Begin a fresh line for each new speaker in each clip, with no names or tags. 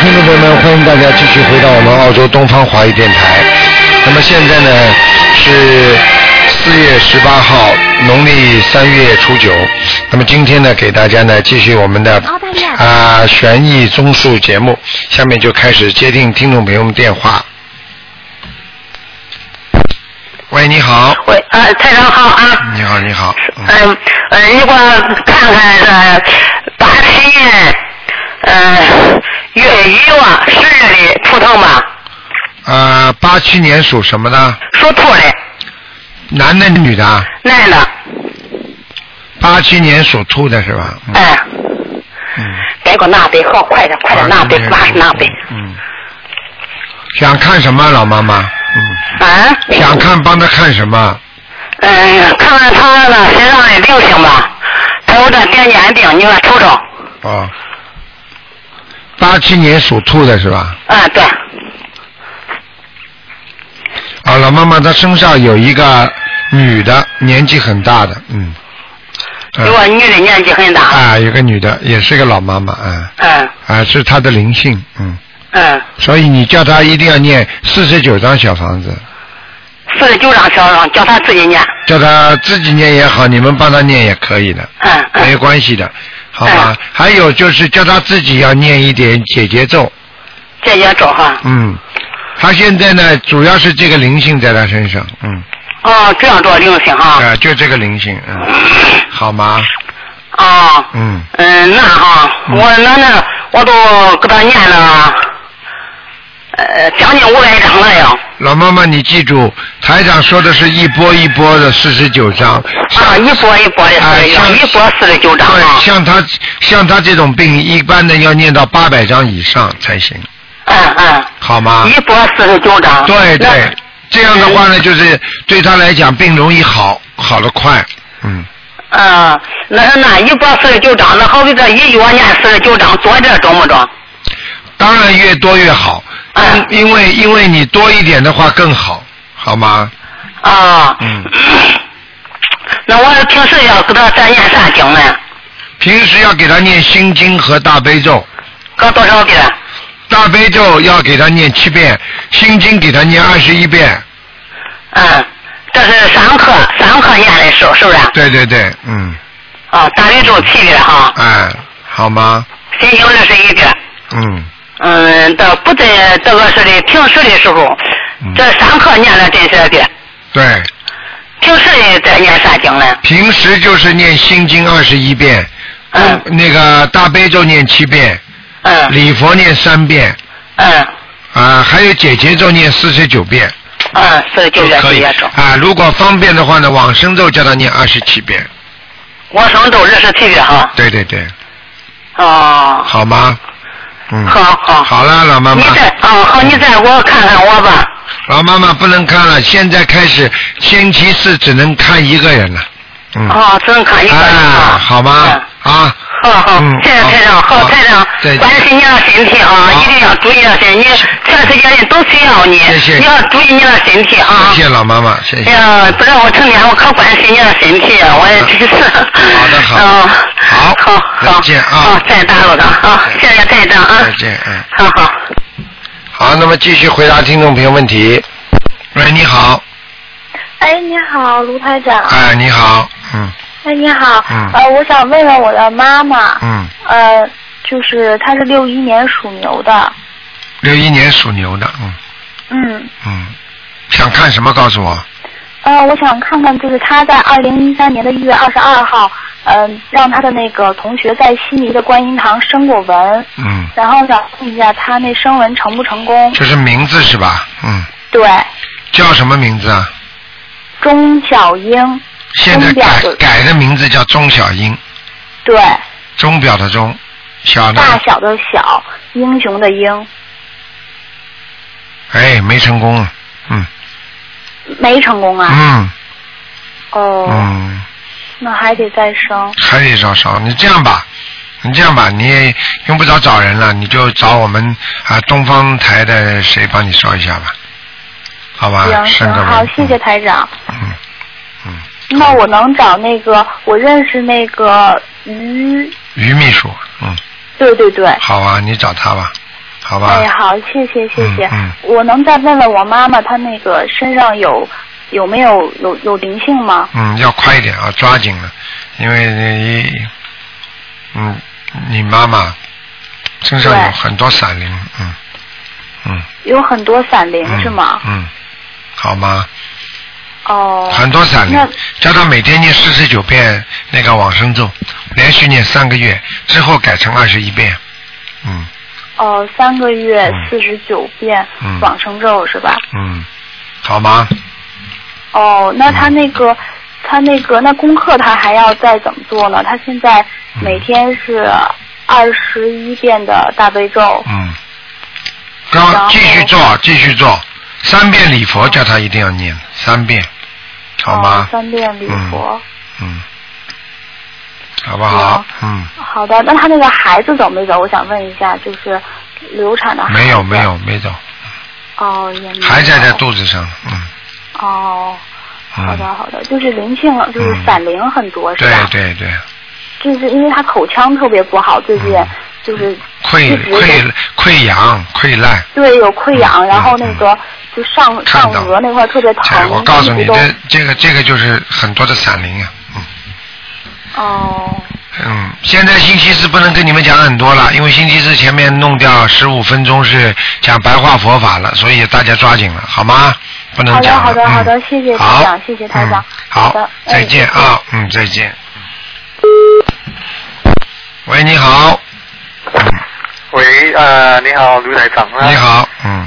听众朋友们，欢迎大家继续回到我们澳洲东方华语电台。那么现在呢是四月十八号，农历三月初九。那么今天呢，给大家呢继续我们的
澳大利亚
啊悬疑综述节目。下面就开始接听听众朋友们电话。喂，你好，
喂，呃，蔡长好啊，
你好，你好，嗯
嗯，呃，你给我看看这八七年，呃，月一啊，十日的图腾吧，
呃，八七年属什么呢？
属兔的，
男的女的啊？
男的，
八七年属兔的是吧？嗯
哎，
嗯。
给我拿杯，好，快点，快
啊
点拿杯，马上拿杯，
嗯。想看什么，老妈妈？嗯。
啊，
想看帮他看什么？
嗯，看看他那身上的病情吧，他有点癫痫病，你看瞅瞅，
哦。八七年属兔的是吧？
啊，对，
啊，老妈妈她身上有一个女的，年纪很大的，嗯。啊
给我女的年纪很大，
啊，有个女的，也是个老妈妈啊
嗯
啊，是她的灵性，嗯，
嗯，
所以你叫她一定要念四十九张小房子，
四十九张小张，叫他自己念，
叫她自己念也好，你们帮她念也可以的，
嗯
没
嗯，
关系的，好吧？还有就是叫他自己要念一点解结咒，
这也中哈，
嗯，他现在呢主要是这个灵性在他身上，嗯，
哦，这样多灵性哈。
啊，就这个灵性，嗯，好吗？
啊，
嗯，
嗯，那哈，
嗯
我那那我都给他念了，呃，将近五百张了啊呀。
老妈妈，你记住，台长说的是一波一波的四十九章，
啊，一波一波的
哎
四十
像
张，一波四十九张啊
对，。像他像他这种病，一般的要念到八百章以上才行，
嗯嗯，
好吗？
一波四十九张。
啊对对，这样的话呢，就是对他来讲病容易好，好的快，嗯。
那。嗯，那那一波四十九张，那好比这一月念四十九张，左这中不中？
当然越多越好，
嗯
因因为因为你多一点的话更好，好吗？
啊。
嗯。
那我平时要给他再念啥经呢？
平时要给他念心经和大悲咒，
搁多少遍？
大悲咒要给他念七遍，心经给他念二十一遍。
嗯，这是三课，三课念的时候是啊不是？
对对对，嗯，
啊，大悲咒七遍哈，
哎，好吗？
心经二十一遍。
嗯，
嗯，这不在这个是的，平时的时候
嗯，
这上课念了这些遍，
对，
平时的在念啥经呢？
平时就是念心经二十一遍，
嗯
那个大悲咒念七遍，
嗯
礼佛念三遍，
嗯
啊，还有解结咒念四十九遍。
嗯，四十九
就
遍
可
这
以
些咒，
啊。如果方便的话呢，往生咒叫他念二十七遍。
我上周二十七遍哈。
对对对，
哦，
好吗？嗯，
好哦好
好了，老妈
你
妈，嗯
再哦好，你再给我看看我吧。
老妈妈不能看了，现在开始星期四只能看一个人了。嗯，
哦，只能看一个人
啊，
啊。
好吗？啊，
好好
嗯，
谢谢台长，
好
好台长
再，见
关心你的身体啊，
好
一定要注意了身体，全世界人都需要你，
谢谢
你要注意你的身体啊。
谢谢老妈妈，谢
哎
谢。
呀，不是我成天我可关心你的身体啊，我也真是。
好的好的好
嗯好，
再见啊
好，再打扰了啊，谢谢台长啊。
再见嗯
好好。
好，那么继续回答听众朋友问题。喂，你好，
哎，你好，卢台长。
哎，你好，嗯
哎，你好。
嗯
呃，我想问问我的妈妈。
嗯，
呃，就是她是六一年属牛的。
六一年属牛的，嗯
嗯。
嗯，想看什么告诉我？
呃，我想看看，就是她在二零一三年的一月二十二号，嗯、让她的那个同学在悉尼的观音堂生过文，
嗯，
然后想问一下她那生文成不成功？
这是名字是吧？嗯，
对，
叫什么名字啊？
钟小英，
现在
钟表
改
的
改的名字叫钟小英，
对，
钟表的钟，小呢？
大小的小，英雄的英，
哎，没成功啊，嗯
没成功啊。
嗯
哦，
嗯，
那还得再生。
还得找找你这样吧，你这样吧，你也用不着找人了，你就找我们啊东方台的谁帮你烧一下吧，好吧？
行
生
行
个
好
文，
谢谢。台长。
嗯嗯，
那我能找那个我认识那个于，
于秘书，嗯，
对对对，
好啊，你找他吧，好吧？
哎，好，谢谢谢谢。
嗯
我能再问问我妈妈，她那个身上有有没有有有灵性吗？
嗯，要快一点啊，抓紧了，因为你，嗯，你妈妈身上有
对
很多闪灵，嗯，嗯，
有很多散灵、
嗯
是吗？
嗯，好吗？
哦。
很多闪灵
那，
叫他每天念四十九遍那个往生咒，连续念三个月，之后改成二十一遍，嗯
哦，三个月
嗯
四十九遍
嗯
往生咒是吧？
嗯，好吗？
哦，那
嗯
他那个，他那个，那功课他还要再怎么做呢？他现在
嗯
每天是二十一遍的大悲咒。
嗯，要
然
继续
后
做，继续做，三遍礼佛叫他一定要念三遍，好吗？
哦三遍礼佛。哦
嗯，好不好？嗯，
好的，那他那个孩子走没走？我想问一下，就是流产啊的孩子。
没有没。有没走，
哦，也没有。
还在在肚子上，嗯
哦，好的
嗯，
好的，就是灵性，就是
嗯
散灵很多，是
对
吧？
对对，
就是因为他口腔特别不好，最近
嗯
就是
溃
一直都
溃溃疡溃烂，
对，有溃疡，
嗯
然后那个就上
看
上
到
颚那块儿特别
哎，
疼，
我告诉你，
一直都
这这个这个就是很多的散灵啊，嗯
哦
嗯，现在星期四不能跟你们讲很多了，因为星期四前面弄掉十五分钟是讲白话佛法了，所以大家抓紧了，好吗？不能讲了
好的好
嗯
的好的谢谢台
好
长谢谢台长
嗯好
好的，哎
再见
再见
啊，嗯，再见。喂，你好，嗯
喂，呃，你好，卢台长啊。
你。好，嗯，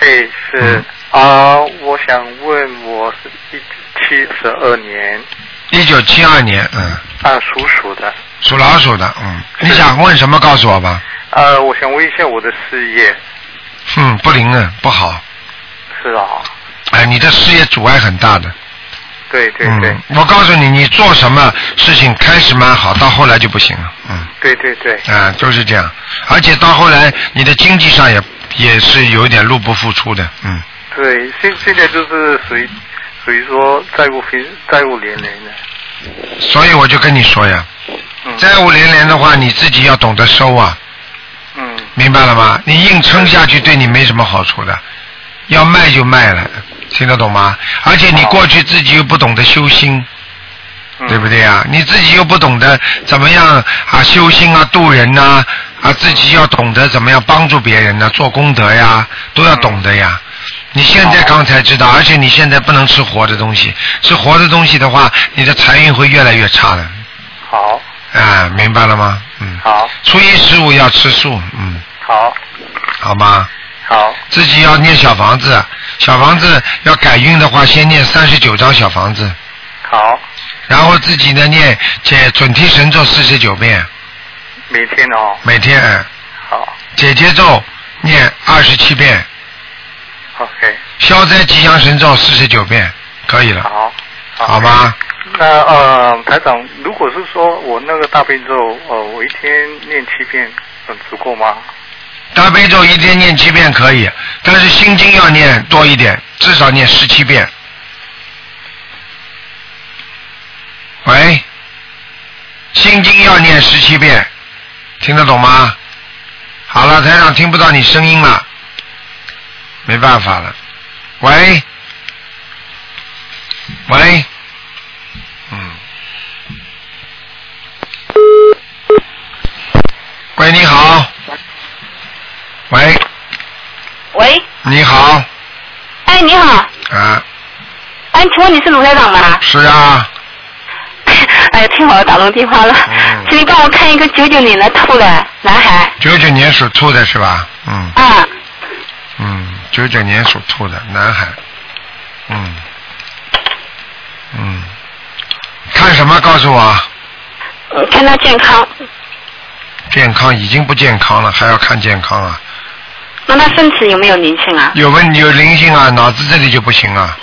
哎，是啊、我想问，我是一七十二年
一九七二年，嗯，
啊，属鼠的。
属老鼠的，嗯，
是
你想问什么？告诉我吧。
呃，我想问一下我的事业
嗯，不灵啊，不好，
是啊，
哎，你的事业阻碍很大的。
对对对、
嗯，我告诉你，你做什么事情开始蛮好，到后来就不行了。嗯，
对对对，
啊，就是这样。而且到后来，你的经济上也也是有一点入不敷出的。嗯，
对，现现在就是属于属于说债务非债务连累的，
所以我就跟你说呀，
嗯
债务连连的话，你自己要懂得收啊，
嗯
明白了吗？你硬撑下去对你没什么好处的，要卖就卖了，听得懂吗？而且你过去自己又不懂得修心，
嗯，
对不？对啊？你自己又不懂得怎么样啊修心啊度人呐啊自己要懂得怎么样帮助别人呐、做功德呀，都要懂得呀。你现在刚才知道，
嗯
而且你现在不能吃活的东西，吃活的东西的话，你的财运会越来越差的。
好，
啊，明白了吗？嗯。
好，
初一十五要吃素，嗯，
好，
好吗？
好，
自己要念小房子，小房子要改运的话，先念三十九张小房子，
好，
然后自己呢念解准提神咒四十九遍，
每天哦，
每天哎
好
姐姐咒念二十七遍，
，OK，
消灾吉祥神咒四十九遍，可以了，
好，
嗯好吗？
那呃，台长，如果是说我那个大悲咒，呃，我一天念七遍，很足够吗？
大悲咒一天念七遍可以，但是心经要念多一点，至少念十七遍。喂，心经要念十七遍，听得懂吗？好了，台长听不到你声音了，没办法了。喂，喂，嗯，喂，你好，喂，
喂，
你好，
哎，你好，
啊，
哎，请问你是卢台长吧？
是啊，
哎，太好了，打通电话了
嗯，
请你帮我看一个九九年的兔的男孩，
九九年属兔的是吧？嗯
啊，
嗯，九九年属兔的男孩，嗯嗯，看什么？告诉我，
呃看他健康，
健康已经不健康了，还要看健康啊？
那他身体有没有灵性啊？
有问有灵性啊，脑子这里就不行啊。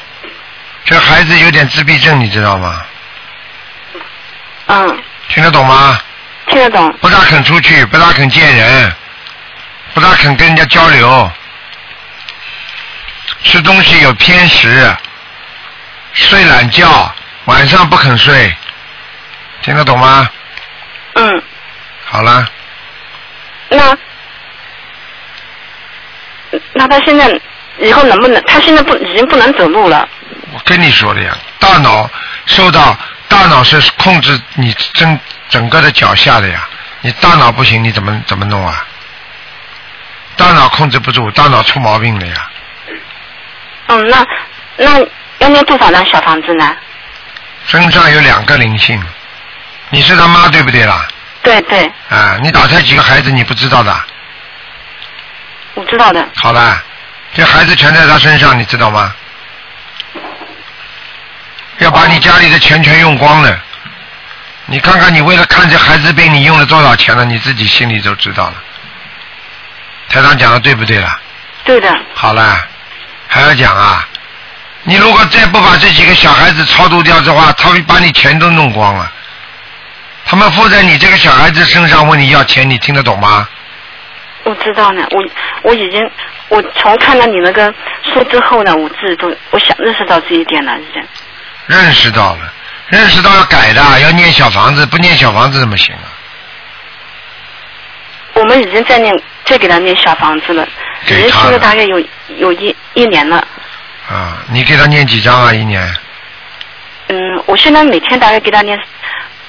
这孩子有点自闭症，你知道吗？
嗯，
听得懂吗？
听得懂，
不大肯出去，不大肯见人，不大肯跟人家交流，吃东西有偏食，睡懒觉，晚上不肯睡，听得懂吗？
嗯，
好了，
那那他现在以后能不能？他现在不已经不能走路了。
我跟你说的呀，大脑受到大脑是控制你整整个的脚下的呀，你大脑不行，你怎么怎么弄啊？大脑控制不住，大脑出毛病了呀。
嗯，那那要念多少张小房子呢？
身上有两个灵性，你是他妈对不对啦？
对对，
啊，你打胎几个孩子你不知道的？
我知道的。
好啦，这孩子全在他身上，你知道吗？要把你家里的钱全用光了，你看看你为了看这孩子被你用了多少钱了，你自己心里都知道了。台长讲的对不对啦？
对的，
好啦，还要讲啊？你如果再不把这几个小孩子超度掉的话，他会把你钱都弄光了。他们附在你这个小孩子身上问你要钱，你听得懂吗？
我知道呢。我我已经，我从看到你那个书之后呢，我自己都我想认识到这一点了，已经。
认识到了，认识到要改的，要念小房子，不念小房子怎么行啊？
我们已经在念，在给他念小房子了，已
给
经
他
修了
了
大概有有一一年了。
啊，你给他念几张啊？一年？
嗯，我现在每天大概给他念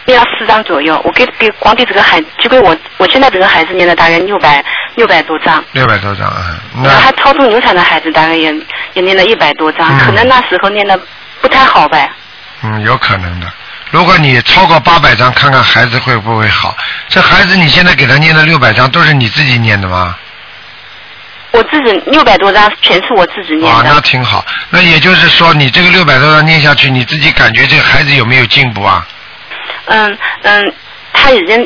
念到四张左右，我给给光给这个孩子，就给我我现在这个孩子念了大概六百六百多张，
六百多张啊？
然后
那
他超度流产的孩子大概也也念了一百多张，
嗯
可能那时候念的不太好呗。
嗯，有可能的。如果你超过八百张，看看孩子会不会好。这孩子你现在给他念的六百张，都是你自己念的吗？
我自己六百多张全是我自己念
啊，那
的，
挺好。那也就是说，你这个六百多张念下去，你自己感觉这个孩子有没有进步啊？
嗯嗯，他已经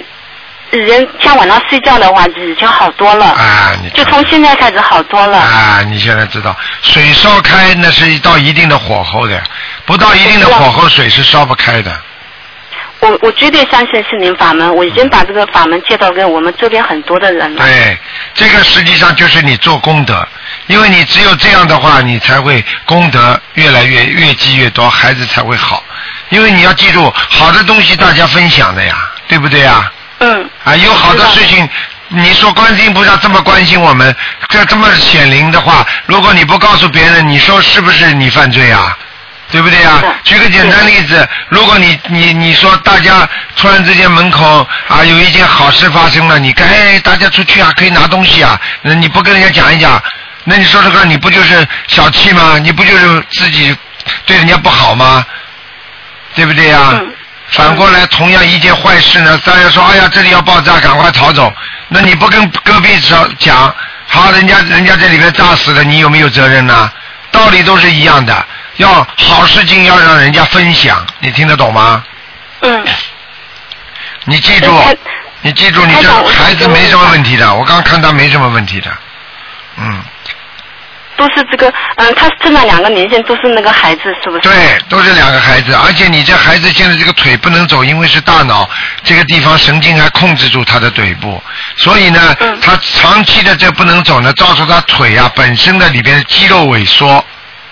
已经像晚上睡觉的话已经好多了，
啊，你
就从现在开始好多了。
啊，你现在知道，水烧开那是到一定的火候的，不到一定的火候，水是烧不开的。
我我绝对相信心灵法门，我已经把这个法门介绍给我们周边很多的人了。
对，哎这个实际上就是你做功德，因为你只有这样的话，你才会功德越来越越积越多，孩子才会好。因为你要记住，好的东西大家分享的呀，对不对呀？
嗯，
啊，有好的事情，你说观世音菩萨这么关心我们，这这么显灵的话，如果你不告诉别人，你说是不是你犯罪啊？对不对啊
是的？
举个简单例子，如果你你你说大家突然之间门口啊有一件好事发生了，你该、哎、大家出去啊，可以拿东西啊，那你不跟人家讲一讲，那你说这个你不就是小气吗？你不就是自己对人家不好吗？对不对呀、
嗯
反过来，同样一件坏事呢，大家说：“哎呀，这里要爆炸，赶快逃走。”那你不跟隔壁说讲，好，人家人家这里边炸死了，你有没有责任呢？道理都是一样的，要好事情要让人家分享，你听得懂吗？
嗯，
你哎记住，
哎他
你记住，你
台长
这
我
孩子没什么问题的，我刚看他没什么问题的，嗯，
都是这个，嗯，他这那两个年限都是那个孩子，是不是？
对，都是两个孩子，而且你这孩子现在这个腿不能走，因为是大脑这个地方神经还控制住他的腿部，所以呢
嗯，
他长期的这不能走呢，造成他腿啊本身的里边的肌肉萎缩，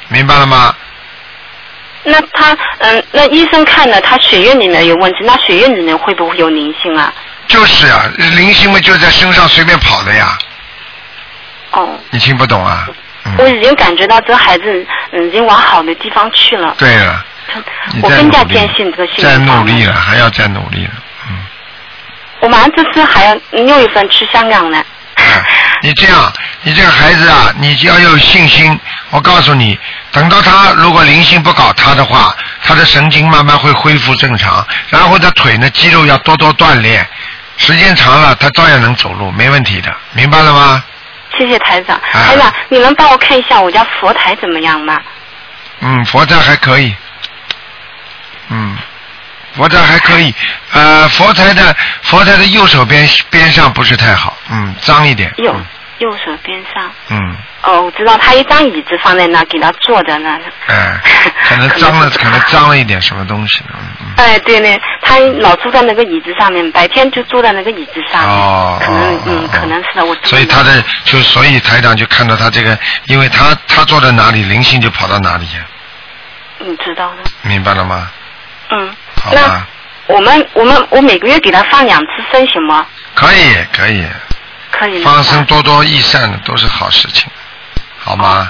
明白了吗？
那他，嗯，那医生看了他血液里面有问题，那血液里面会不会有灵性啊？
就是啊，灵性嘛就在身上随便跑的呀，
哦，
你听不懂啊？
我
嗯，
已经感觉到这孩子嗯已经往好的地方去了，
对了，你
我
再
更加
努力
坚信这个，心
再
灵法
努力
门。
了，还要再努力了，嗯。
我马上这次还要六月份去香港呢。
啊， 你这样，你这个孩子啊，你就要有信心。我告诉你，等到他如果灵性不搞他的话，他的神经慢慢会恢复正常，然后他腿呢肌肉要多多锻炼，时间长了他照样能走路，没问题的，明白了吗？
谢谢台长，
啊
台长，你能帮我看一下我家佛台怎么样吗？
嗯，佛台还可以，嗯，佛台还可以，呃，佛台的佛台的右手边边上不是太好，嗯，脏一点，
右右手边上。
嗯，
哦，我知道，他一张椅子放在那，给他坐着呢。
哎、可能脏了，
是
可
他
能脏了一点什么东西，嗯嗯。
哎，对呢，他老坐在那个椅子上面，白天就坐在那个椅子上面，
哦，
可能
哦
嗯，
哦
可能是的，我知道
所以他的就所以台长就看到他这个，因为他他坐在哪里，灵性就跑到哪里呀，
你嗯知道的，
明白了吗？
嗯，
好
那
吧，
我们我们我每个月给他放两次生行吗？
可以可以，
可以吗？
放生多多益善的都是好事情，好吗？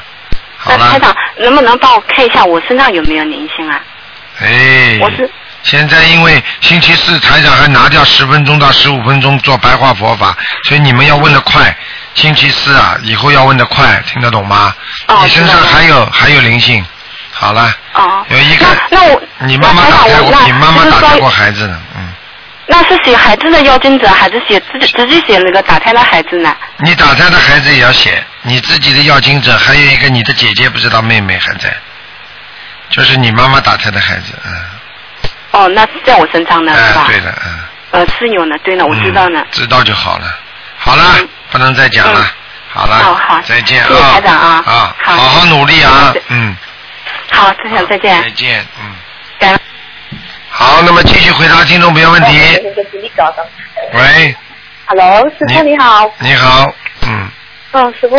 好
那台
了，
长能不能帮我看一下我身上有没有灵性啊？
哎，
我是
现在因为星期四台长还拿掉十分钟到十五分钟做白话佛法，所以你们要问的快。星期四啊，以后要问的快，听得懂吗？
哦
你身上
知道了
还有还有灵性，好了，
哦，
有一个
那那我
你妈妈
那
打
台
胎
长
过
我，那
你妈妈
就是
打胎
说
过孩子的，嗯，
那是写孩子的要经者，还是写自己直接写那个打胎的孩子呢？
你打胎的孩子也要写，你自己的要经者，还有一个你的姐姐不知道妹妹还在，就是你妈妈打胎的孩子，嗯，
哦，那是在我身上呢，是
哎，
吧？
对的，嗯。
呃，是有呢，对呢，我知道呢
嗯。知道就好了。好了，
嗯
不能再讲了。
嗯
好了，
好好
再见啊！
谢谢台长啊
啊，
好
好好努力啊
谢谢！
嗯，
好，台长
再
再见。
见，嗯。
感恩
好，那么继续回答听众朋友问题。
哎呃
喂，
Hello，师傅
你
你好。
你好，嗯，
嗯，师傅，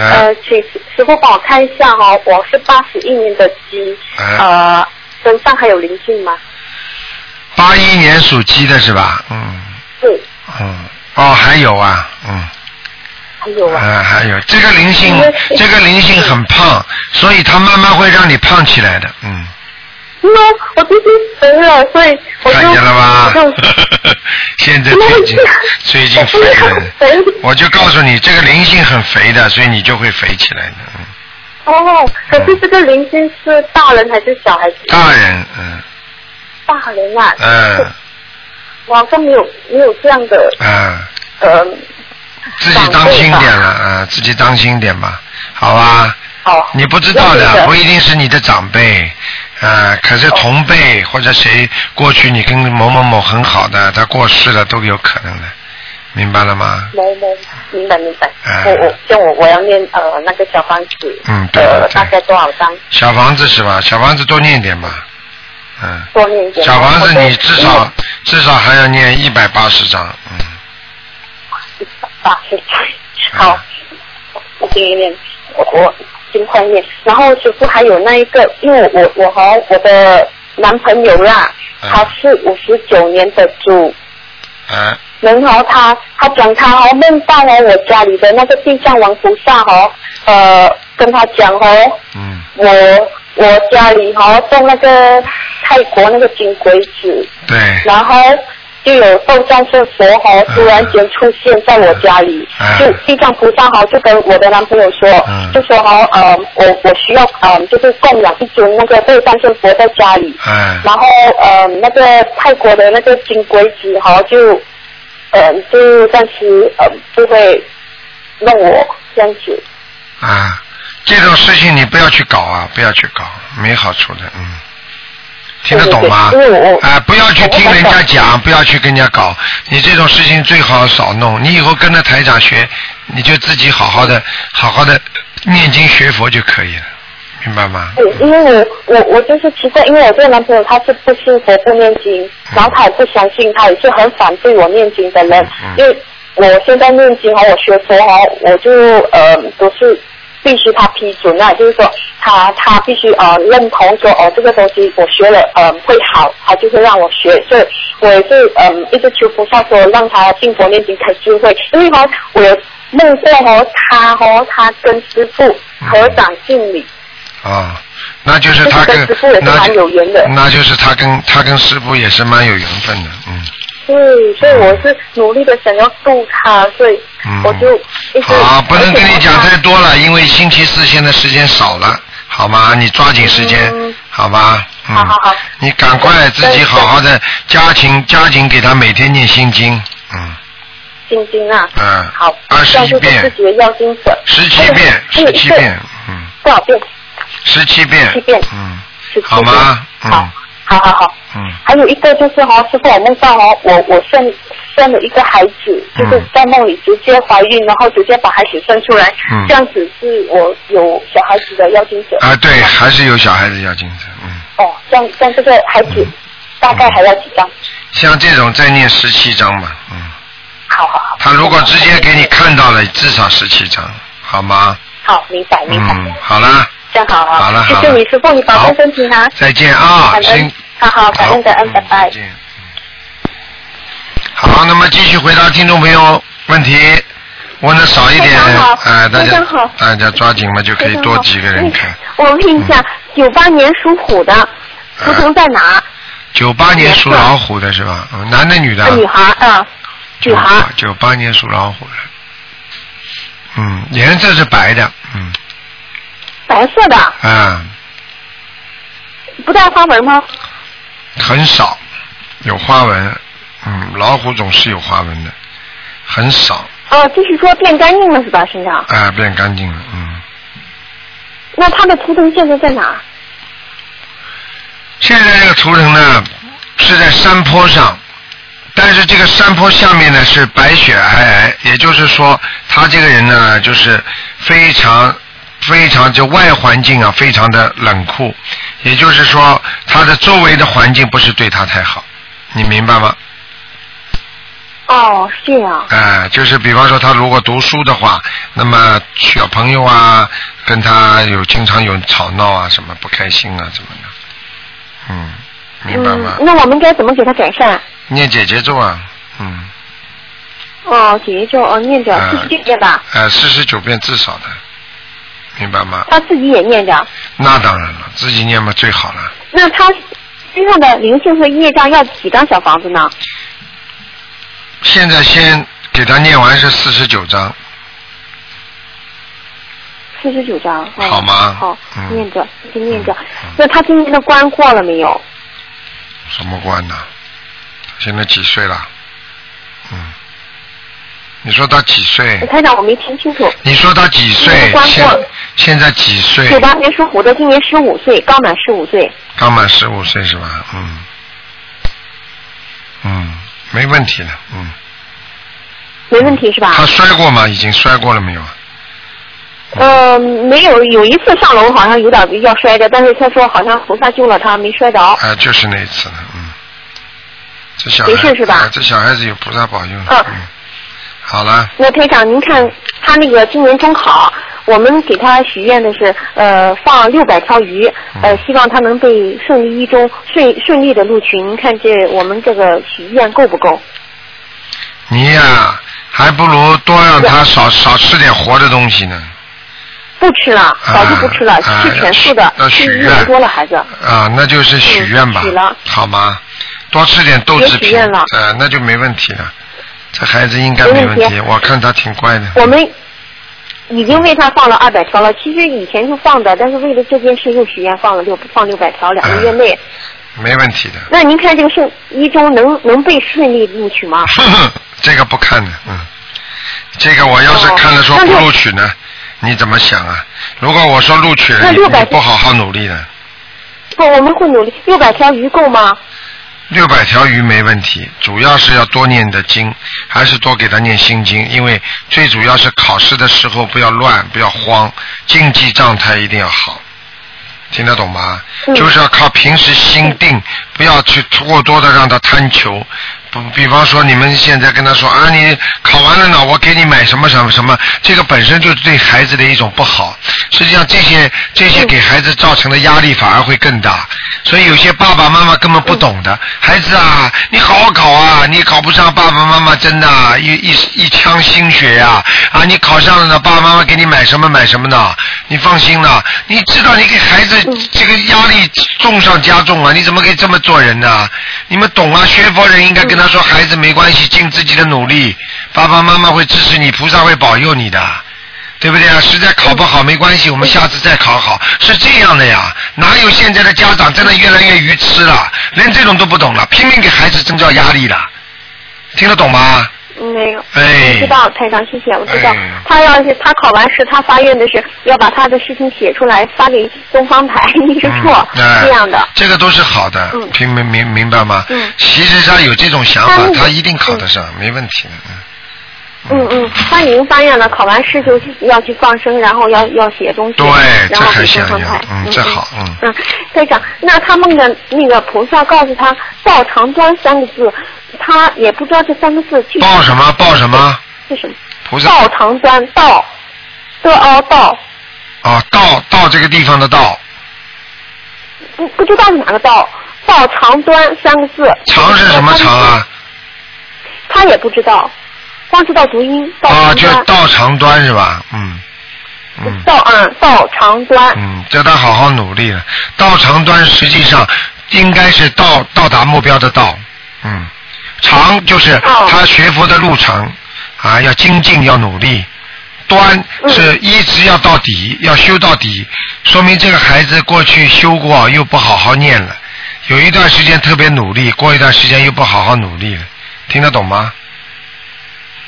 哎，
呃，请师傅帮我看一下哈、哦，我是八十一年的鸡，
哎，
呃，身上还有灵性吗？
八一年属鸡的是吧？嗯
是，
嗯，哦，还有啊，嗯。
还有啊。
嗯，还有这个灵性，这个灵性很胖，所以它慢慢会让你胖起来的，嗯。
因为我最近肥了，所以我就
看见了吧
我就？
现在最近最近肥了，
肥
我就告诉你，这个灵性很肥的，所以你就会肥起来的。嗯，
哦，可是这个灵性是大人还是小孩子？
大人，嗯
大人啊，
嗯
我好像没有没有这样的
嗯，
呃，
自己当心点了啊，自己当心点吧，好吧？
哦，
你不知道
那
的，
个
不一定是你的长辈。啊，可是同辈或者谁过去你跟某某某很好的，他过世了都有可能的，明白了吗？
没没，明白明白。
哎
我我像我我要念呃那个小方子，
嗯对
呃
对
大概多少张？
小房子是吧？小房子多念点吧，嗯。
多念一点。嗯
小房子
我都
你至少至少还要念一百八十张，嗯，
啊，是 好，我尽力念，我我尽快念。然后师傅还有那一个，因为我我和我的男朋友啦，
嗯
他是五十九年的猪，
啊，
然后他他讲他哦梦到哦我家里的那个地藏王菩萨哦，呃跟他讲哦，
嗯，
我我家里哦种那个泰国那个金龟子，
对，
然后就有斗战胜佛猴
嗯
突然间出现在我家里，
嗯
就地藏菩萨猴就跟我的男朋友说，
嗯
就说哦，呃，我我需要呃，就是供养一尊那个斗战胜佛在家里，
哎，
然后呃，那个泰国的那个金龟子猴就呃就暂时呃就会弄我这样子，
啊，这种事情你不要去搞啊，不要去搞，没好处的，嗯，听得懂吗
对？对对因为我呃
啊，不要去
我不
听人
懂
家讲，不要去跟人家搞，你这种事情最好少弄。你以后跟着台长学，你就自己好好的、好好的念经学佛就可以了，明白吗？
对，因为我我我就是奇怪，因为我这个男朋友他是不信佛不念经，然后他也不相信，他也是很反对我念经的人
嗯。
因为我现在念经和我学佛哦，我就呃都是必须他批准啊，就是说他他必须呃认同说哦这个东西我学了呃会好，他就会让我学。所以我也是嗯、一直求菩萨说让他信佛念经开智慧，因为哦我有梦过哦他哦他跟师父合掌敬礼。
啊、那就是他跟
这个跟师父也是
那
蛮
就
有缘的
那就是他跟他跟师傅也是蛮有缘分的，嗯。
对，所以我是努力的想要渡他，所以
嗯
我就一直。
好，不能跟你讲
而且
太
我
多了，因为星期四现在时间少了，好吗？你抓紧时间，
嗯
好吧？嗯，
好好好
你赶快自己好好的加紧加紧给他每天念心经，嗯
心经啊，
嗯，
好，
二十
要
一
是自
遍，
己的要经者，
十七遍，
还
十
有
七
还有一个
遍，嗯，
多少遍？
十七
17
遍
遍，
嗯，
十七
好吗？
遍好
嗯，
好好好。
嗯，
还有一个就是哦，师傅，我梦到哦，我我生生了一个孩子，就是
嗯
在梦里直接怀孕，然后直接把孩子生出来，
嗯
这样子是我有小孩子的要经者。
啊，对，还是有小孩子要精神，嗯，
哦，这样这样这个孩子大概还要几张？
像这种再念十七章吧，嗯，
好好好。
他如果直接给你看到了，至少十七章，好吗？
好，明白明白。
嗯，好啦，
这样好啊
好了
谢
好
谢
了
你师傅，你保
好
重身体哈。
再见啊，
感
行
恩，，好好，感恩感恩，拜
好嗯再
拜。
见。嗯好，那么继续回答听众朋友问题。问的少一
非
点，
常好
哎，大
非
家
常好
大家抓紧嘛，就可以多几个人看。
嗯
嗯
我问一下，九八年属虎的图腾在哪？
哎九八年属老虎的是吧？嗯男的女的啊？
女孩啊，女孩。
九八年属老虎的。嗯，颜色是白的，嗯
白色的，
啊，
不带花纹吗？
很少有花纹，嗯，老虎总是有花纹的，很少
哦，就是说变干净了是吧？身上？
啊，变干净了，嗯。
那他的图腾现在在哪？
现在这个图腾呢是在山坡上，但是这个山坡下面呢是白雪皑皑，也就是说他这个人呢就是非常非常就外环境啊非常的冷酷，也就是说他的周围的环境不是对他太好，你明白吗？
哦，是这样。
哎，就是比方说他如果读书的话，那么小朋友啊跟他有经常有吵闹啊什么不开心啊什么的，嗯，明白吗？
嗯，那我们该怎么给他改善？
念姐姐咒啊，嗯，
哦，姐姐就哦念着
啊，
自己念吧，
呃，四十九遍至少的，明白吗？
他自己也念着。
那当然了，自己念嘛最好了。
那他身上的灵性和业障要几张小房子呢？
现在先给他念完是四十九章，
四十九张。哦
好吗
好，
嗯
念着，就念着
嗯。
那他今年的关过了没有？
什么关呢？现在几岁了？嗯，你说他几岁？
台长，我没听清楚。
你说他几
那
岁
个？关
现
过
现在几岁
九？八年属虎的，今年十五岁，刚满十五岁。
刚满十五岁是吧？嗯，嗯，没问题了，嗯。
没问题是吧？
他摔过吗？已经摔过了没有嗯啊？
呃，没有，有一次上楼好像有点要摔着，但是他说好像菩萨救了他，没摔着。
啊，就是那一次了，嗯。这小孩
没事是吧
啊这小孩子有菩萨保佑了。
嗯
嗯。好了，
那台长，您看他那个今年中考，我们给他许愿的是，呃，放六百条鱼，呃
嗯，
希望他能被顺利一中顺顺利的录取。您看这我们这个许愿够不够？
你呀、还不如多让他少少吃点活的东西呢。
不吃了，
啊
早就不吃了，
啊
吃全素的，
要许
吃
要许
一
愿
年多了，孩子。
啊，那就是许愿吧
嗯许了，
好吗？多吃点豆制
也许
品，
愿了
呃，那就没问题了。这孩子应该没
没
问
问
题，
题
我看他挺乖的。
我们已经为他放了二百条了，其实以前就放的，但是为了这件事又许愿放了六放六百条，两个月
哎
内。
没问题的，
那您看这个顺一中能能被顺利录取吗？
这个不看的，嗯，这个我要是看了说
哦
不
那就
录取呢，你怎么想啊？如果我说录取了，
那
你
六百
你不好好努力呢，
不，我们会努力。六百条鱼够吗？
六百条鱼没问题，主要是要多念的经，还是多给他念心经，因为最主要是考试的时候不要乱，不要慌，竞技状态一定要好，听得懂吗？
嗯
就是要靠平时心定，不要去过多的让他贪求。不，嗯比方说你们现在跟他说啊，你考完了呢，我给你买什么什么什么，这个本身就是对孩子的一种不好。实际上这些这些给孩子造成的压力反而会更大。所以有些爸爸妈妈根本不懂的，孩子啊，你好好考啊，你考不上，爸爸妈妈真的啊一一一腔心血呀、啊，你考上了呢，爸爸妈妈给你买什么买什么呢？你放心了，你知道你给孩子这个压力重上加重啊，你怎么可以这么做人呢、你们懂啊，学佛人应该跟他说，孩子没关系，尽自己的努力，爸爸妈妈会支持你，菩萨会保佑你的。对不对啊？实在考不好没关系，我们下次再考好，是这样的呀。哪有现在的家长真的越来越愚痴了，连这种都不懂了，拼命给孩子增加压力了，听得懂吗？
没有。
哎
我知道，台长，谢谢，我知道。
哎
他要是他考完试，他发愿的是要把他的事情写出来发给东方台， 你是错、
嗯哎
这样的。
这个都是好的，
嗯
听明明明白吗？
嗯
其实他有这种想法
他那，个
他一定考得上，没问题的。
嗯嗯，他已经发愿了，考完试就要去放生，然后要要写东西，
对这
然后
还
给
想
东方
要
台。
嗯
嗯，
这好嗯
嗯，队长，那他梦见那个菩萨告诉他“报长端”三个字，他也不知道这三个字具
嗯。
体
报什么？报什么？
是什么。
菩萨
道长端道，的凹道，
啊，到到这个地方的到，
不不知道是哪个道，道长端三个字。
啊长是什么长啊？
他也不知道。
光知道读音，道
啊，
长
就
端
道长端是吧？嗯，嗯。
道嗯道长端，
嗯，叫他好好努力了。到长端实际上应该是到到达目标的到，嗯，长就是
哦
他学佛的路程啊，要精进，要努力。端是一直要到底，要修到底，说明这个孩子过去修过又不好好念了，有一段时间特别努力，过一段时间又不好好努力了，听得懂吗？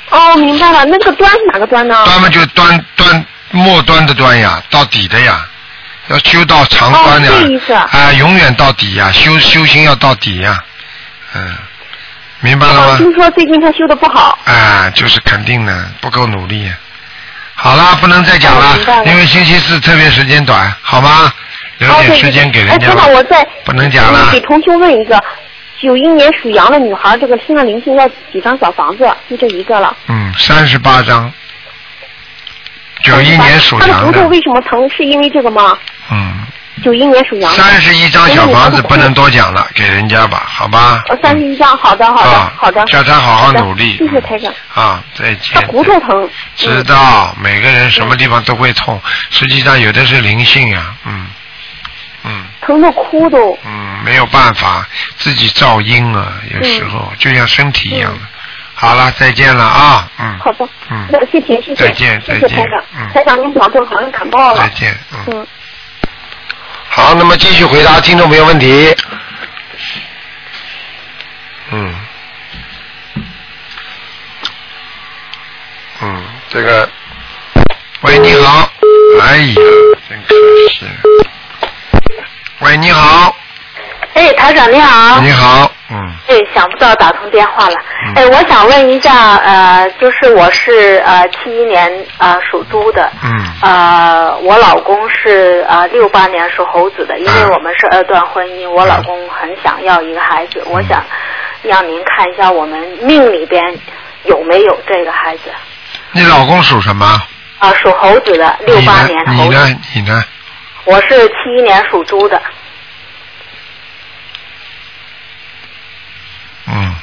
哦，明白了，那这个端是哪个端呢？哦
端嘛就端端末端的端呀，到底的呀，要修到长端呀
哦，这意思
啊、永远到底呀，修修行要到底呀，嗯，明白
啊，
了吗
听？说最近他修的不好，
啊，就是肯定的，不够努力呀。好啦，不能再讲
哦
了
明白，了
因为星期四特别时间短，好吗？留
哦，
点
对
时
对
间给
对，
人
哎，
家
台
吧
长，我再
不能讲了
给同学问一个，九一年属羊的女孩，这个身上灵性要几张小房子？就这一个了。
嗯，三十八章，九一年属
她的
羊
骨头
的，
为什么疼？是因为这个吗？
嗯，
九一年属羊的。
三十一张小房子
那你还不
不能多讲了，给人家吧，好吧？
呃，三十一张，好的，好的，
啊，
好的。
叫他好好
好的
努力。
谢谢台长。
啊，再
她
见。
骨头疼。
知道，每个人什么地方都会痛，实际上有的是灵性呀、嗯，嗯
疼的哭都。
嗯，没有办法，自己噪音啊，有时候、
嗯
就像身体一样的。好了，再见了啊，嗯，
好的，
嗯
那谢谢谢谢，
再见
谢
再
谢
见
台长
嗯，
台长您保重，好像感冒了
再，见，嗯。
嗯。
好，那么继续回答听众朋友问题。嗯，嗯，这个，喂，你好，哎呀，真可惜。喂，你好，
哎，台长你好。
你好，嗯，
哎，想不到打通电话了
嗯。
哎，我想问一下，呃，就是我是呃七一年呃属猪的，
嗯，
呃，我老公是呃六八年属猴子的，因为
嗯
我们是二段婚姻，我老公很想要一个孩子，
嗯
我想让您看一下我们命里边有没有这个孩子。
你老公属什么？
啊、属猴子的，六
你
八
呢？
年
你
猴子，
呢？你呢？
我是七一年属猪的。
嗯，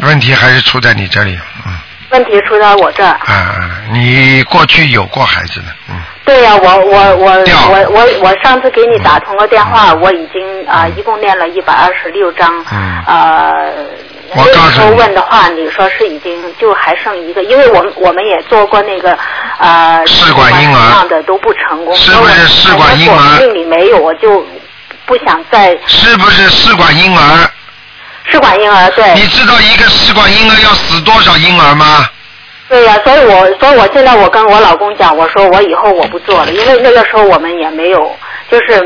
问题还是出在你这里，嗯，
问题出在我这儿，
啊啊，你过去有过孩子的，嗯。
对呀、我我我
掉
我我我上次给你打通个电话，我已经啊、呃一共念了一百二十六章，
嗯
呃，
我
那
告
时
诉
候
你
问的话，你说是已经就还剩一个，因为我们我们也做过那个呃
试管婴儿
上的都不成功，
是不是试管婴儿
我们命里没有，我就不想再
是不是试管婴儿？
试管婴儿对。
你知道一个试管婴儿要死多少婴儿吗？
对呀、所以我所以我现在我跟我老公讲，我说我以后我不做了，因为那个时候我们也没有，就是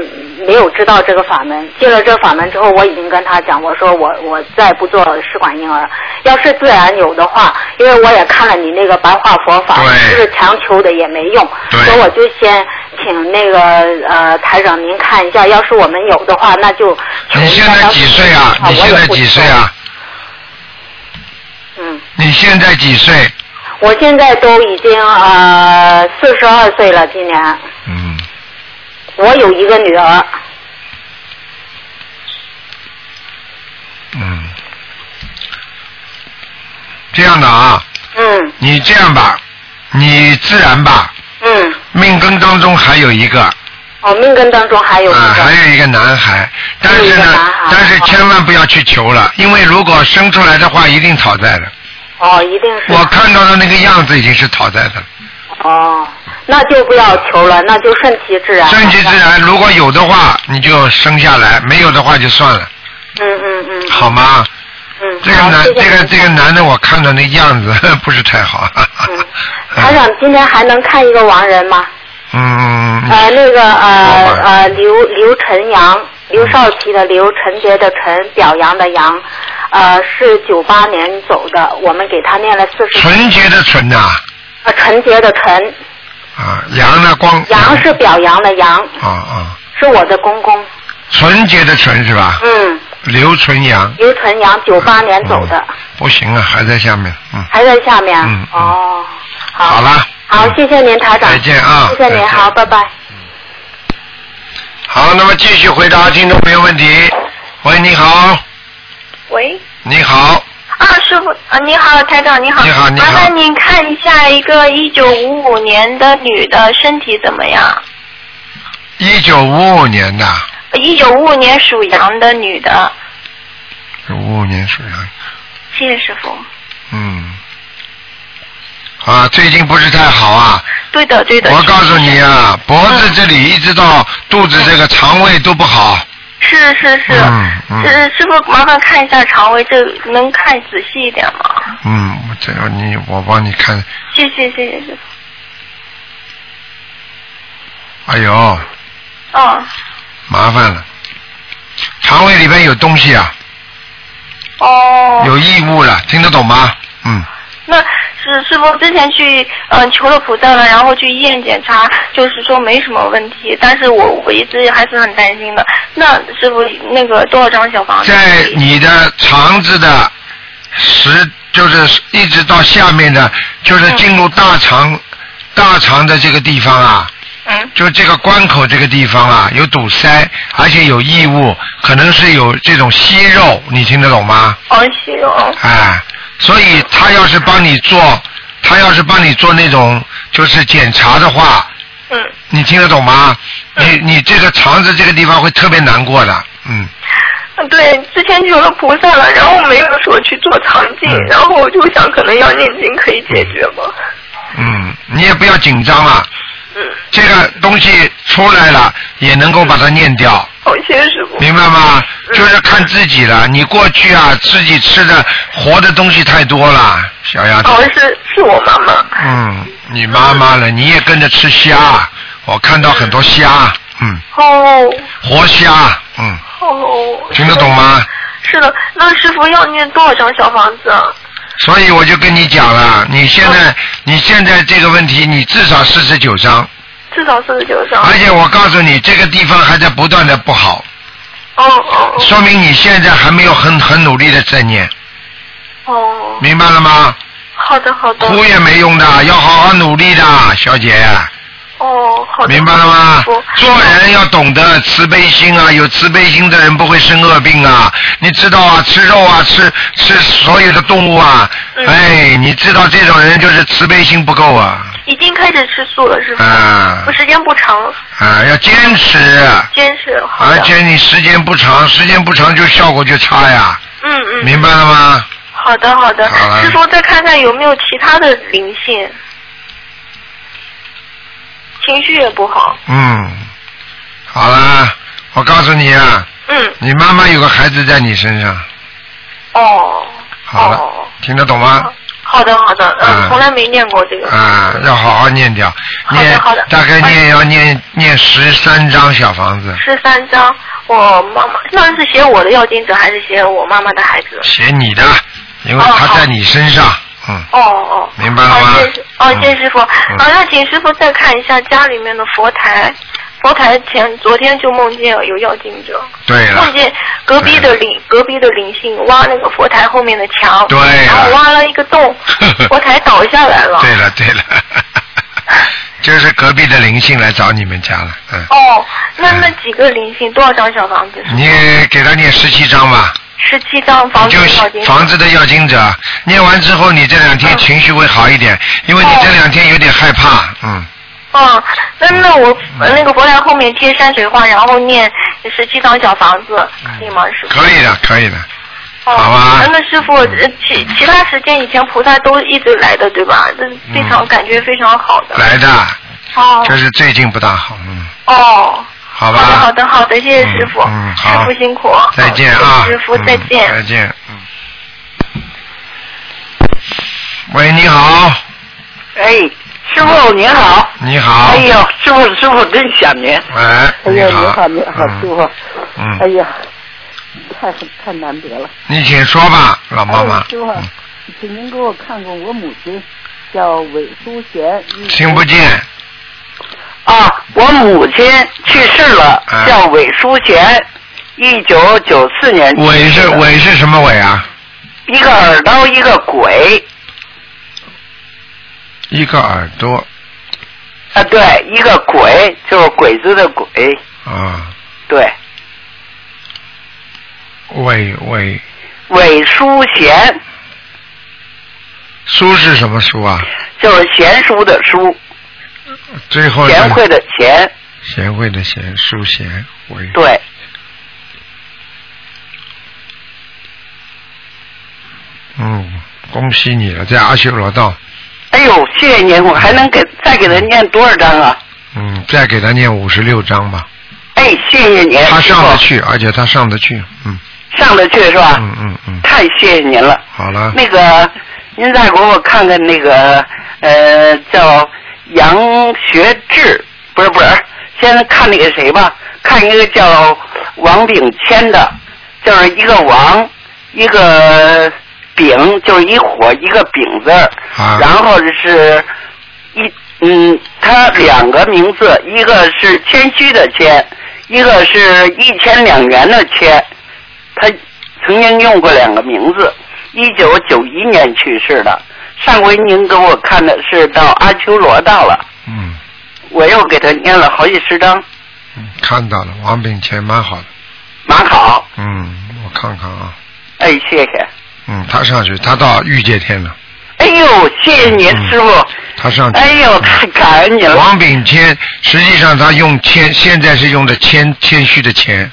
没有知道这个法门。进了这法门之后，我已经跟他讲，我说我我再不做试管婴儿，要是自然有的话，因为我也看了你那个白话佛法，
对
就是强求的也没用，
对
所以我就先请那个呃台长您看一下，要是我们有的话，那就求
你现
大
在
家
几岁啊？
我
你
也
现在
不
几
做
岁啊？？
嗯。
你现在几岁？
我现在都已经呃四十二岁了，今年
嗯，
我有一个女儿，
嗯。这样的啊，
嗯
你这样吧，你自然吧，
嗯，
命根当中还有一个，啊、
我命根当中还有一个，
还有一个男孩，但是
还有一个男
呢
孩，啊
但是千万不要去求了，因为如果生出来的话，一定讨债的。
哦，一定是
我看到的那个样子已经是讨债的了。
哦，那就不要求了，那就顺其自然，
顺其自，然，如果有的话，你就生下来；没有的话就算了，
嗯嗯嗯，
好吗？
嗯，
这个
好
男，
谢谢
这个
您
这个男的，我看着那样子不是太好。
嗯，台长今天还能看一个亡人吗？
嗯，
呃，那个
老
呃
板
呃，刘刘晨阳，刘少奇的刘，陈杰的陈，表扬的扬，呃，是九八年走的，我们给他念了四十，
纯洁的纯呐、
呃，纯洁的陈，
啊，阳呢光
扬是表扬的扬，
啊啊，
是我的公公，
纯洁的纯是吧？
嗯，
刘纯阳。
刘纯阳九八年走的，
嗯不行啊，还在下面，嗯。
还在下面，
嗯嗯
哦，好，
好了
好
嗯，
谢谢您台长，
再见啊
谢谢
再
您，
见
好，拜拜。
好，那么继续回答听众朋友问题。喂，你好，
喂，
你好，
啊，师傅，啊，你好，台长，你好。
你好你好
麻烦您看一下一个一九五五年的女的身体怎么样？
一九五五年的，
一九五五年属羊的女的，
五五年属羊，
谢谢师傅。
嗯，啊，最近不是太好啊。
对的，对的。
我告诉你啊，脖子这里一直到肚子这个肠胃都不好。
是是是，
嗯嗯
是师傅麻烦看一下肠胃，这能看仔细一点吗？
嗯，我这个你我帮你看，
谢谢谢谢师傅。
哎呦，
嗯，
麻烦了，肠胃里边有东西啊，
哦。
有异物了，听得懂吗？嗯，
那是师傅之前去嗯、呃求了菩萨了，然后去医院检查，就是说没什么问题，但是我我一直还是很担心的。那师傅那个多少张小房子？
在你的肠子的食，就是一直到下面的，就是进入大肠、大肠的这个地方啊，
嗯
就这个关口这个地方啊，有堵塞，而且有异物，可能是有这种息肉，你听得懂吗？
哦，行哦，
哎，所以他要是帮你做，他要是帮你做那种就是检查的话，
嗯，
你听得懂吗？你你这个肠子这个地方会特别难过的，嗯，
嗯对，之前求了菩萨了，然后没有说去做肠镜，
嗯
然后我就想可能要念经可以解决吗？
嗯，你也不要紧张了，
嗯，
这个东西出来了也能够把它念掉，
好，谢谢师傅。
明白吗？
嗯
就是看自己了，你过去啊自己吃的活的东西太多了，小丫头
哦，，是是我妈妈。
嗯，你妈妈了，你也跟着吃虾，我看到很多虾，嗯，
哦
活虾，嗯，
哦。
听得懂吗？
是的，那师傅要念多少张小房子啊？
所以我就跟你讲了，你现
哦
在你现在这个问题，你至少四十九章，
至少四十九张。
而且我告诉你，这个地方还在不断的不好，
哦哦
说明你现在还没有很很努力的在念，
哦，
明白了吗？
好的好的。
哭也没用
嗯
的，要好好努力的，小姐，
哦，好的。哦
明白了吗
我？
做人要懂得慈悲心啊，有慈悲心的人不会生恶病啊。你知道啊，吃肉啊，吃吃所有的动物啊，
嗯
哎，你知道这种人就是慈悲心不够啊，
已经开始吃素了，是吗？
啊
我时间不长，
啊，要坚持。
坚持好的。
而且你时间不长，时间不长就效果就差呀，
嗯嗯。
明白了吗？
好的好的
好了，
师傅再看看有没有其他的灵性，情绪也不好。
嗯，好啦，我告诉你啊，
嗯，
你妈妈有个孩子在你身上，
哦。
好了，
哦
听得懂吗？
好的好的，
啊
嗯，从来没念过这个。
啊，要好好念掉，
好的
念
好的哎
大概
好的
念要念念十三张小房子，
十三张，我妈妈那是写我的要经者，还是写我妈妈的孩子？
写你的，因为
哦
他
好
在你身上，嗯，
哦哦，
明白了吗
哦，谢谢哦，谢谢师傅。
嗯
啊，那请师傅再看一下家里面的佛台。佛台前，昨天就梦见有要经者，
对了
梦，见隔壁的灵，隔壁的灵性挖那个佛台后面的墙，
对
然后
了，，
挖了一个洞 佛台倒下来了。
对了，对 了，就是隔壁的灵性来找你们家了，嗯。
哦，那那几个灵性多少张小房子？
你给他念十七章吧，
十七张房
你
子
就
要经者。
房子的要经者，念完之后你这两天
嗯
情绪会好一点，因为你
哦
这两天有点害怕，嗯，
嗯，那那我呃那个佛台后面贴山水画，然后念十七张小房子，可以吗，师傅？
可以的，可以的，
哦
好吧嗯
那师傅，呃其其他时间以前菩萨都一直来的，对吧？这非常、
嗯
感觉非常好的。
来的，
哦
就是最近不大好，嗯，
哦，
好
好
吧，
的好的好的，谢谢师傅，
嗯嗯好
师傅辛苦，
再见啊
好，师傅
嗯
再见。
再见，嗯。喂，你好，
哎，师傅您好。
你好，
哎呦，师傅师傅真想您。
喂，
哎呀，你好，
你
你好，师
嗯
傅。哎
嗯，
呀，太太难得了。
你请说吧，老妈妈
哎，师傅
嗯，
请您给我看看我母亲，叫韦淑贤。
听不见，
啊，我母亲去世了，
哎
叫韦淑贤，一九九四年。
伟是，伟是什么伟啊？
一个耳朵，一个鬼。
一个耳朵
啊，对，一个鬼就是鬼子的鬼，
啊，
对，
伟伟
韦淑贤，
书是什么书啊？
就是贤淑的淑，
最后
贤惠的贤，
贤惠的贤，淑贤惠。
对，
嗯，恭喜你了，在阿修罗道，
哎呦，谢谢您，我还能给再给他念多少章啊？
嗯，再给他念五十六章吧。
哎，谢谢您，
他上
师
得
傅
去，而且他上得去，嗯，
上得去是吧？
嗯嗯嗯，
太谢谢您了。
好了，
那个，您再给我看看那个呃，叫杨学志，不是不是，先看那个谁吧，看一个叫王炳谦的，就是一个王，一个丙，就是一火一个丙字儿，
啊
然后是一嗯，他两个名字，一个是谦虚的谦，一个是一千两元的谦，他曾经用过两个名字。一九九一年去世的。上回您给我看的是到阿修罗道了，
嗯
我又给他念了好几十章，
嗯，看到了，王炳乾蛮好的，
蛮好。
嗯，我看看啊，
哎，谢谢。
嗯，他上去，他到御界天了，
哎呦，谢谢您、师
嗯
傅。
他上去。
哎呦，太感恩您了。
王炳谦，实际上他用谦，现在是用的谦谦虚的谦，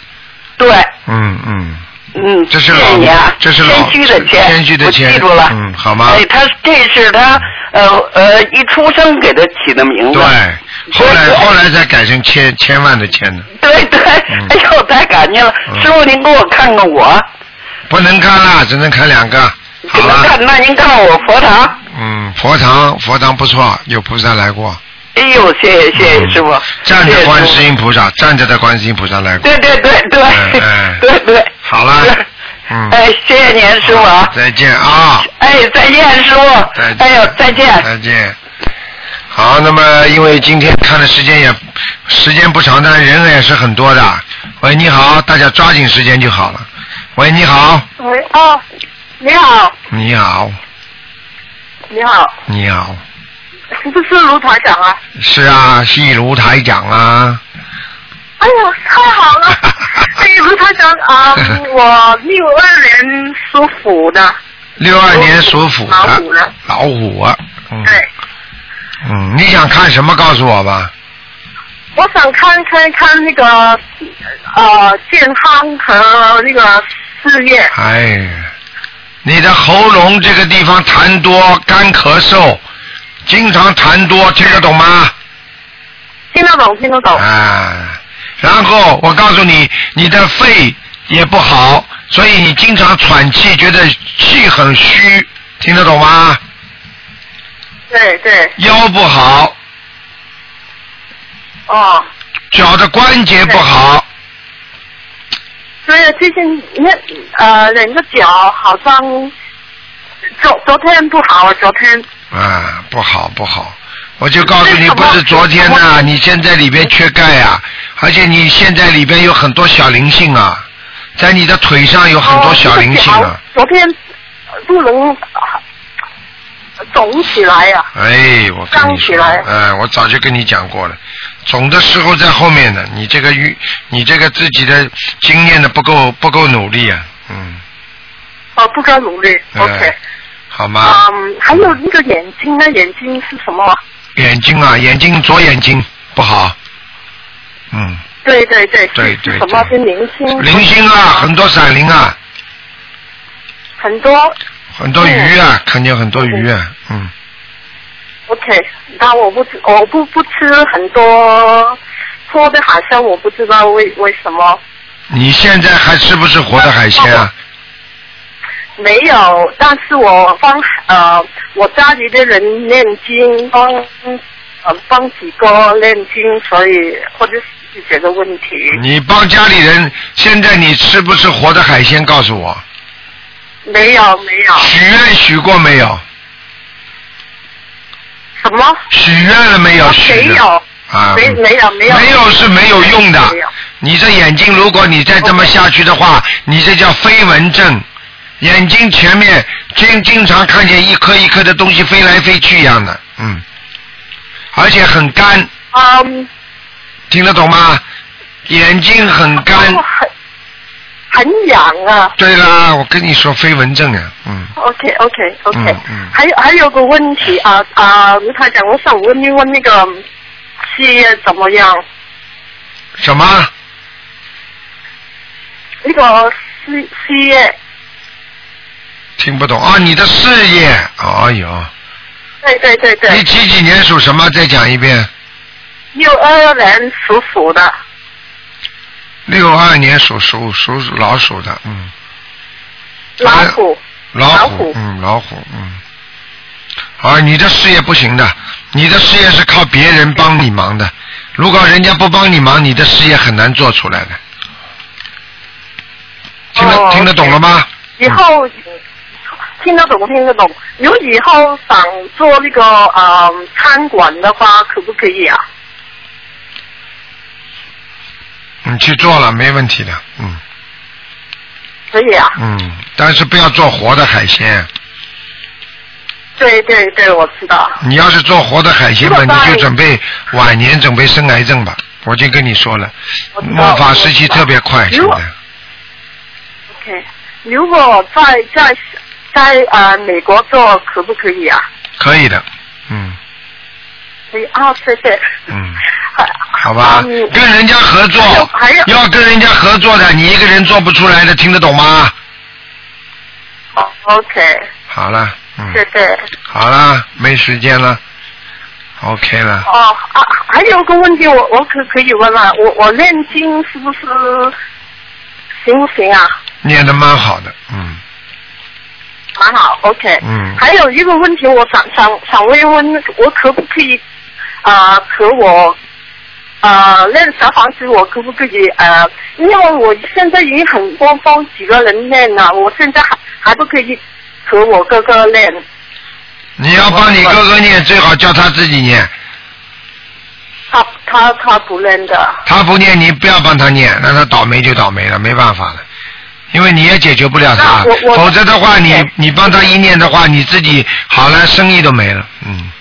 对，
嗯嗯，
嗯，
这是
谢谢
老
您啊，
这是老
谦虚的谦，
谦虚的谦
我记住了。
嗯，好吗？
哎，他这是他呃呃一出生给他起的名字。
对，后来后来才改成千千万的千的，
对对，
嗯
哎呦，太感恩您了，师傅您给我看看我，
不能看了，只能看两个。
给
好
他
了，
看那您看我佛堂。
嗯，佛堂佛堂不错，有菩萨来过，
哎呦，谢谢谢
嗯
谢师傅，
站
谢
着
谢
观
师傅
世音菩萨，站着的观世音菩萨来过。
对对对对
哎哎
对对，
好了，嗯，
哎，谢谢您师傅啊，
再见啊。
哎，再见师傅，
再见
哎呦，再见。
再见。好，那么因为今天看的时间也时间不长，但人也是很多的。喂，你好，大家抓紧时间就好了。喂，你好，
喂哦，你好，
你好，
你好，
你好，
是不是卢台长啊？
是啊，戏如台长啊，
哎呦，太好 了！哎，卢台长啊、我六二年属虎的，
六二年属虎
老
的
虎的，
老虎啊，嗯
对，
嗯，你想看什么？告诉我吧。
我想看看看那个呃健康和那个事业。
哎，你的喉咙这个地方痰多，干咳嗽，经常痰多，听得懂吗？
听得懂，听得懂。
啊，然后我告诉你，你的肺也不好，所以你经常喘气，觉得气很虚，听得懂吗？嗯
对对，
腰不好，
哦，
脚的关节不好，
所以最近那呃两个脚好像昨昨天不好，昨天
啊，不好不好。我就告诉你，不是昨天呐、你现在里边缺钙啊，而且你现在里边有很多小灵性啊，在你的腿上有
哦
很多小灵性啊。
昨天呃不能啊呃肿起来呀、
哎，我跟你
刚
说
起，来
哎，我早就跟你讲过了，总的时候在后面的，你这个运，你这个自己的经验的不够不够努力啊，嗯，
啊，不该努力。
哎
OK，
好
嗯、
吗？
还有那个眼睛，那眼睛是什么？
眼睛啊，眼睛左眼睛不好，嗯，
对对对，是
对对
是什么跟灵星？
零星啊，很多闪灵啊，
很多。
很多鱼啊，看见很多鱼啊，嗯，
OK，但我不吃，我不不吃很多活的海鲜，我不知道为为什么
你现在还吃不吃活的海鲜啊？
没有，但是我帮呃我家里的人念经，帮呃帮几个念经，所以或者是解决问题。
你帮家里人，现在你吃不吃活的海鲜？告诉我，
没有没有
许愿许过没有？
什么？
许愿了没有？许
哦没
愿
有，
啊，
没没有没有
没有是没有用的
没有。哦
你这眼睛，如果你再这么下去的话，你这叫飞蚊症。眼睛前面经经常看见一颗一颗的东西飞来飞去一样的，嗯，而且很干，
嗯，
听得懂吗？眼睛很干，
哦很
很痒啊。
对啦，我跟你说飞蚊症啊，嗯
哦
OK OK OK，、
嗯嗯，
还有还有个问题啊啊，卢台长，我想问一问那个事业怎么样？
什么？
那个事事业，
听不懂啊？你的事业，哎呦，
对对对对，
你几几年属什么？再讲一遍，
六二年属鼠的，
六二年属属属老鼠的，嗯，
老虎，
老虎，嗯，老虎，嗯。啊，你的事业不行的，你的事业是靠别人帮你忙的。如果人家不帮你忙，你的事业很难做出来的。听得、
哦
听得懂了吗？
以后、听得懂听得懂。如果以后想做那个啊、呃餐馆的话，可不可以啊？
你嗯去做了，没问题的，嗯
可以啊，
嗯，但是不要做活的海鲜。
对对对，我知道。
你要是做活的海鲜嘛，你就准备晚年准备生癌症吧。我就跟你说了，末法时期特别快，现
如果
在
OK，如果在在在啊、呃美国做，可不可以啊？
可以的，嗯
可以啊，谢谢。
嗯，好吧，跟人家合作
嗯还有还有，
要跟人家合作的，你一个人做不出来的，听得懂吗？
OK，
好了，嗯，
谢谢。
好了，没时间了，OK 了，
哦啊，还有个问题，我我可可以问啊，我我念经是不是行不行啊？
念的蛮好的，嗯
蛮好，OK。
嗯，
还有一个问题，我想想想问一问，我可不可以啊、和我啊那小房子，我可不可以呃？因为我现在已经很多帮几个人练了，我现在还还不可以和我哥哥练。
你要帮你哥哥念，最好叫他自己念，
他他他不认的，
他不念，你不要帮他念，让他倒霉就倒霉了，没办法了，因为你也解决不了他
那我，我哎
否则的话，你你帮他一念的话，你自己好了，生意都没了，嗯，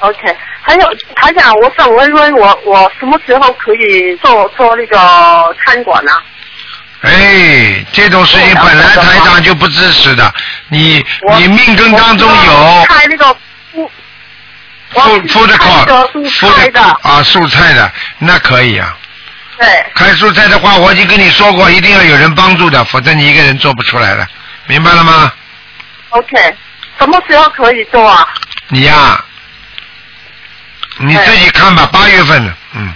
OK，还有台长，我想问问我我什么时候可以做做那个餐馆呢、
哎，这种事情本来台长就不支持的，你
我
你命根当中
我
有
开那个不，我
负负的
开那
靠
个蔬菜的，
啊素菜的，那可以啊。
对，
开蔬菜的话，我已经跟你说过，一定要有人帮助的，否则你一个人做不出来的，明白了吗？
OK，什么时候可以做啊？
你呀、你自己看
哎
吧，八月份的，嗯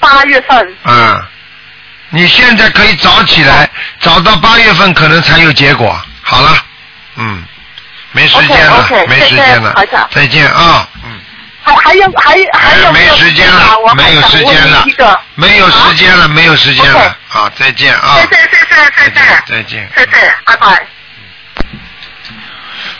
八月份。
啊，你现在可以早起
哦
来，早到八月份可能才有结果。好了，嗯，没时间了
OK，OK，
没时间了
谢谢台长
再见啊，哎
还还有还有还有没有时间了？我
没有时间了
一个，
没有时间了，没有时间了，好，再见啊，
谢谢谢谢谢谢
再见。
谢谢，拜拜。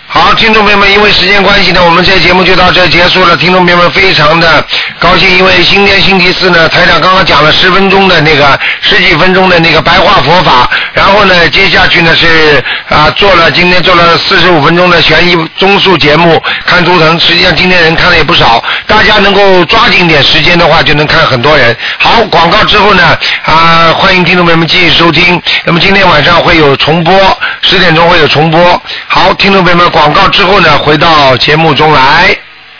好，听众朋友们，因为时间关系呢，我们这节目就到这结束了。听众朋友们非常的高兴，因为今天星期四呢，台长刚刚讲了十分钟的那个十几分钟的那个白话佛法，然后呢，接下去呢是啊、做了今天做了四十五分钟的悬疑综述节目，看图腾。实际上今天人看的也不少，大家能够抓紧点时间的话，就能看很多人。好，广告之后呢，啊、欢迎听众朋友们继续收听。那么今天晚上会有重播，十点钟会有重播。好，听众朋友们，广告之后呢，回到节目中来。